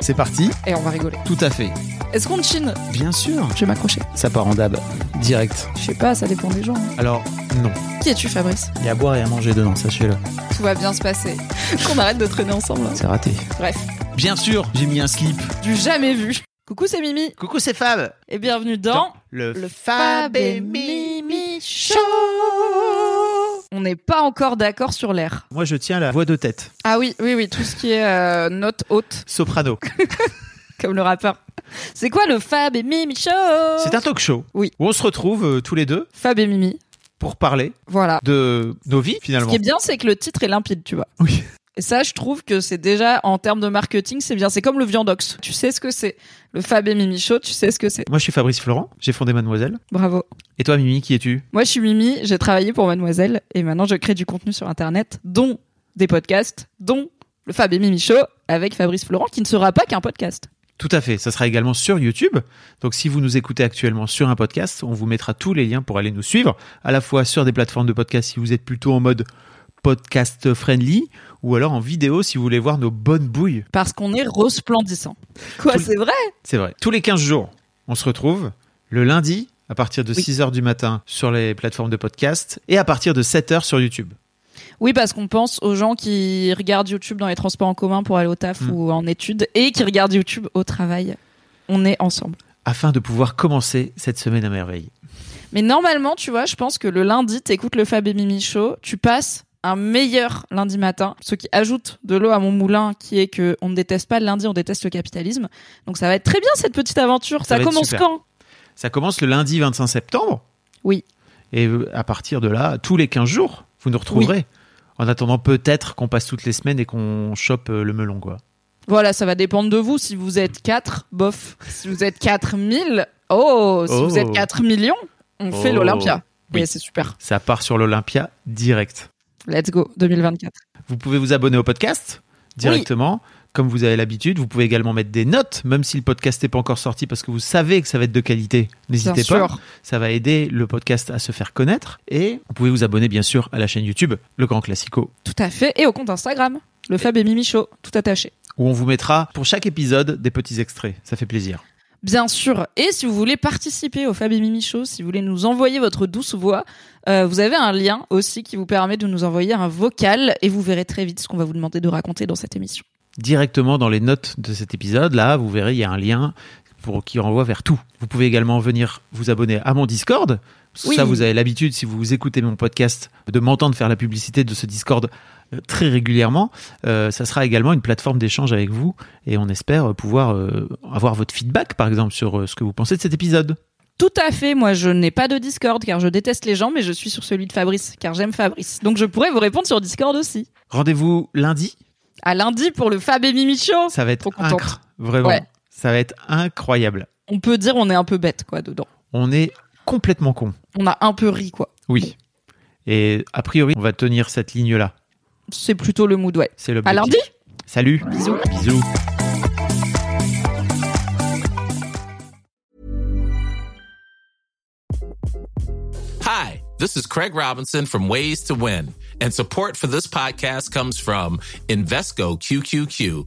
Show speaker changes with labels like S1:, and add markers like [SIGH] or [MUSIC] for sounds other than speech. S1: C'est parti,
S2: Et on va rigoler.
S1: tout à fait.
S2: Est-ce qu'on chine
S1: Bien sûr,
S2: Je vais m'accrocher.
S1: ça part en dab, direct.
S2: Je sais pas, ça dépend des gens. hein.
S1: Alors, non,
S2: Qui es-tu, Fabrice
S1: il y a à boire et à manger dedans, sachez-le.
S2: Tout va bien se passer. [LAUGHS] qu'on arrête de traîner ensemble. hein.
S1: C'est raté.
S2: Bref,
S1: Bien sûr, j'ai mis un slip.
S2: du jamais vu. Coucou, c'est Mimi.
S1: Coucou, c'est Fab.
S2: Et bienvenue dans
S1: le,
S2: le Fab et Mimi Show. On n'est pas encore d'accord sur l'air.
S1: Moi, je tiens la voix de tête,
S2: Ah oui, oui, oui, tout ce qui est euh, note haute,
S1: soprano.
S2: Oh. comme le rappeur. C'est quoi le Fab et Mimi Show
S1: C'est un talk show
S2: Oui.
S1: où on se retrouve euh, tous les deux
S2: Fab et Mimi.
S1: pour parler
S2: Voilà.
S1: de nos vies
S2: Ce
S1: finalement.
S2: qui est bien, c'est que le titre est limpide, tu vois.
S1: Oui.
S2: Et ça, je trouve que c'est déjà, en termes de marketing, c'est bien. C'est comme le Viandox. Tu sais ce que c'est. Le Fab et Mimi Show, tu sais ce que c'est.
S1: Moi, je suis Fabrice Florent, j'ai fondé Mademoiselle.
S2: Bravo.
S1: Et toi, Mimi, qui es-tu
S2: Moi, je suis Mimi, j'ai travaillé pour Mademoiselle et maintenant je crée du contenu sur Internet, dont des podcasts, dont le Fab et Mimi Show avec Fabrice Florent, qui ne sera pas qu'un podcast.
S1: Tout à fait, ça sera également sur YouTube. Donc si vous nous écoutez actuellement sur un podcast, on vous mettra tous les liens pour aller nous suivre, à la fois sur des plateformes de podcast si vous êtes plutôt en mode podcast friendly, ou alors en vidéo si vous voulez voir nos bonnes bouilles.
S2: Parce qu'on est resplendissant. Quoi,
S1: Tout-
S2: c'est vrai
S1: C'est vrai. Tous les 15 jours, on se retrouve le lundi à partir de
S2: Oui.
S1: 6h du matin sur les plateformes de podcast et à partir de 7h sur YouTube.
S2: Oui, parce qu'on pense aux gens qui regardent YouTube dans les transports en commun pour aller au taf
S1: Mm.
S2: ou en études et qui regardent YouTube au travail. On est ensemble.
S1: Afin de pouvoir commencer cette semaine à merveille.
S2: Mais normalement, tu vois, je pense que le lundi, t'écoutes le Fab et Mimi Show, tu passes un meilleur lundi matin, ce qui ajoute de l'eau à mon moulin, qui est que on ne déteste pas le lundi, on déteste le capitalisme. Donc ça va être très bien cette petite aventure.
S1: Ça
S2: Ça,
S1: va être
S2: commence
S1: super.
S2: quand
S1: Ça commence le lundi 25 septembre.
S2: Oui.
S1: Et euh, à partir de là, tous les 15 jours, vous nous retrouverez. En attendant, peut-être qu'on passe toutes les semaines et qu'on chope euh, le melon, quoi.
S2: Voilà, ça va dépendre de vous. Si vous êtes 4, bof. Si vous êtes 4000, oh, si
S1: Oh.
S2: vous êtes 4 millions, on fait
S1: Oh.
S2: l'Olympia.
S1: Oui.
S2: Et c'est super.
S1: Ça part sur l'Olympia direct.
S2: Let's go 2024.
S1: Vous pouvez vous abonner au podcast directement, comme vous avez l'habitude. Vous pouvez également mettre des notes, même si le podcast n'est pas encore sorti, parce que vous savez que ça va être de qualité.
S2: Bien
S1: N'hésitez pas.
S2: sûr.
S1: Ça va aider le podcast à se faire connaître. Et vous pouvez vous abonner, bien sûr, à la chaîne YouTube, Le Grand Classico,
S2: Tout à fait. Et au compte Instagram, le Fab et Mimi Show, tout attaché.
S1: où on vous mettra pour chaque épisode des petits extraits. Ça fait plaisir.
S2: Bien sûr. Et si vous voulez participer au Fab et Mimi Show, si vous voulez nous envoyer votre douce voix, euh, vous avez un lien aussi qui vous permet de nous envoyer un vocal et vous verrez très vite ce qu'on va vous demander de raconter dans cette émission.
S1: directement dans les notes de cet épisode. Là, vous verrez, il y a un lien pour, qui renvoie vers tout. Vous pouvez également venir vous abonner à mon Discord. Parce que
S2: Oui.
S1: Ça, vous avez l'habitude, si vous écoutez mon podcast, de m'entendre faire la publicité de ce Discord euh, très régulièrement. Euh, ça sera également une plateforme d'échange avec vous et on espère pouvoir euh, avoir votre feedback, par exemple, sur euh, ce que vous pensez de cet épisode.
S2: Tout à fait. Moi, je n'ai pas de Discord car je déteste les gens, mais je suis sur celui de Fabrice car j'aime Fabrice. Donc, je pourrais vous répondre sur Discord aussi.
S1: Rendez-vous lundi.
S2: À lundi pour le Fab et Mimi Show.
S1: Ça va être
S2: Trop contente.
S1: incre, vraiment.
S2: Ouais.
S1: Ça va être incroyable.
S2: On peut dire on est un peu bête quoi dedans.
S1: On est complètement con.
S2: On a un peu ri quoi.
S1: Oui. Et a priori, on va tenir cette ligne-là.
S2: C'est plutôt le mood ouais.
S1: C'est
S2: À
S1: l'objectif.
S2: lundi.
S1: Salut.
S2: Bisous.
S1: Bisous.
S3: Hi, this is Craig Robinson from Ways to Win, and support for this podcast comes from Invesco QQQ,